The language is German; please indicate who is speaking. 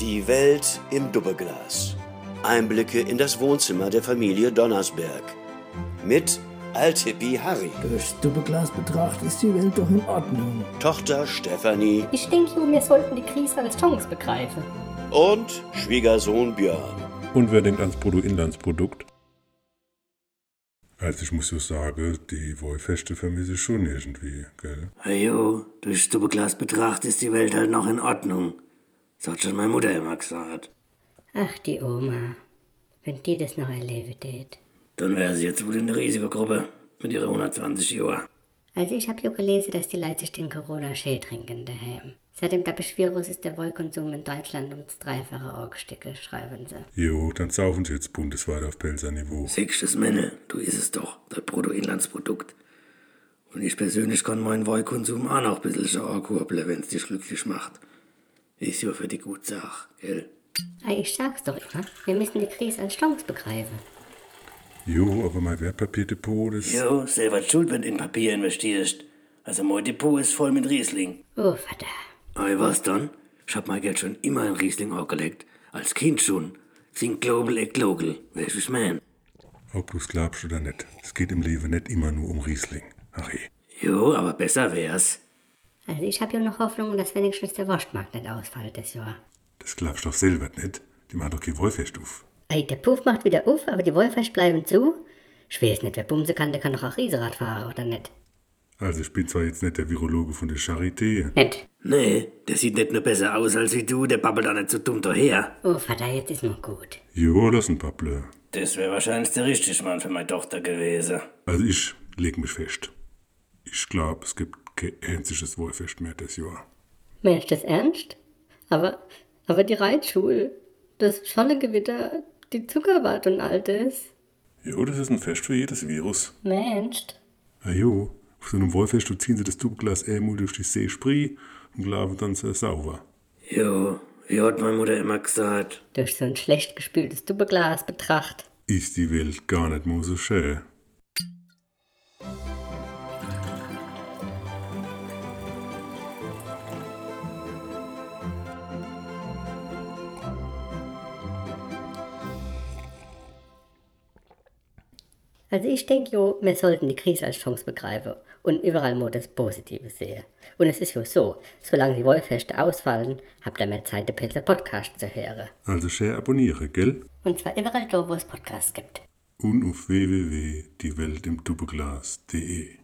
Speaker 1: Die Welt im Doppelglas. Einblicke in das Wohnzimmer der Familie Donnersberg. Mit Altippi Harry,
Speaker 2: Durchs Doppelglas betrachtet ist die Welt doch in Ordnung.
Speaker 1: Tochter Stefanie
Speaker 3: Ich denke, wir sollten die Krise als Chance begreifen.
Speaker 1: und Schwiegersohn Björn.
Speaker 4: unwürdig ans Bruttoinlandsprodukt. Also ich muss ja sagen, die Wollfeste vermisse ich schon irgendwie, gell?
Speaker 2: Ajo, durchs Doppelglas betrachtet ist die Welt halt noch in Ordnung. Das hat schon meine Mutter immer gesagt.
Speaker 3: Ach, die Oma. Wenn die das noch erleben tät.
Speaker 2: Dann wäre sie jetzt wohl in der Risikogruppe mit ihrer 120 Jahren.
Speaker 3: Also ich hab ja gelesen, dass die Leute sich den Corona-Schäd trinken daheim. Seit dem Dabbeschwirrus ist der Wollkonsum in Deutschland ums dreifache Augstücke, schreiben sie.
Speaker 4: Jo, dann saufen sie jetzt bundesweit auf Pelzer Niveau.
Speaker 2: Sechstes Männer, du isst es doch, das Bruttoinlandsprodukt. Und ich persönlich kann meinen Wollkonsum auch noch ein bisschen ankurbeln, wenn's dich glücklich macht. Ist ja für die gute Sache, gell?
Speaker 3: Ah, ich sag's doch immer, wir müssen die Krise als Chance begreifen.
Speaker 4: Jo, aber mein Wertpapierdepot, das...
Speaker 2: Jo, selber schuld, wenn du in Papier investierst. Also mein Depot ist voll mit Riesling.
Speaker 3: Oh, Vater.
Speaker 2: Ei, was dann? Ich hab mein Geld schon immer in Riesling angelegt. Als Kind schon. Sing Global e Global. Weißt du, ich mein?
Speaker 4: Ob du's glaubst oder nicht, es geht im Leben nicht immer nur um Riesling. Harry.
Speaker 2: Jo, aber besser wär's.
Speaker 3: Also ich hab ja noch Hoffnung, dass wenigstens der Waschmarkt nicht ausfällt das Jahr.
Speaker 4: das glaubst doch selber nicht. Die machen doch kein Wollfest auf.
Speaker 3: Ey, der Puff macht wieder auf, aber die Wollfest bleiben zu. Ich weiß nicht, wer bumsen kann, der kann doch auch Riesenrad fahren, oder nicht?
Speaker 4: Also ich bin zwar jetzt nicht der Virologe von der Charité,
Speaker 3: Nicht.
Speaker 2: Nee, der sieht nicht nur besser aus als wie du, der babbelt auch nicht so dumm daher.
Speaker 3: Oh, Vater, jetzt ist nur gut.
Speaker 4: jo, lass ein paar Blö.
Speaker 2: Das wäre wahrscheinlich der richtige Mann für meine Tochter gewesen.
Speaker 4: Also ich leg mich fest. Ich glaub, es gibt kein einziges Wollfest mehr das Jahr.
Speaker 3: Mensch, das ernst? Aber, aber die Reitschule, das Schollegewitter, die Zuckerwatt und all das.
Speaker 4: Jo, das ist ein Fest für jedes Virus.
Speaker 3: Mensch.
Speaker 4: Ah jo, auf so einem Wollfest da ziehen sie das Tubeglas einmal durch die See Spree und glauben dann sehr sauber.
Speaker 2: Jo, wie hat meine Mutter immer gesagt?
Speaker 3: Durch so ein schlecht gespültes Dubbeglas betracht.
Speaker 4: Ist die Welt gar nicht mehr so schön.
Speaker 3: Also ich denke jo, wir sollten die Krise als Chance begreifen und überall nur das Positive sehen. Und es ist jo so, solange die Wollfeste ausfallen, habt ihr mehr Zeit, den Pilzer Podcast zu hören.
Speaker 4: Also schön abonniere, gell?
Speaker 3: Und zwar überall dort, wo es Podcasts gibt.
Speaker 4: Und auf www.dieweltimtubeglas.de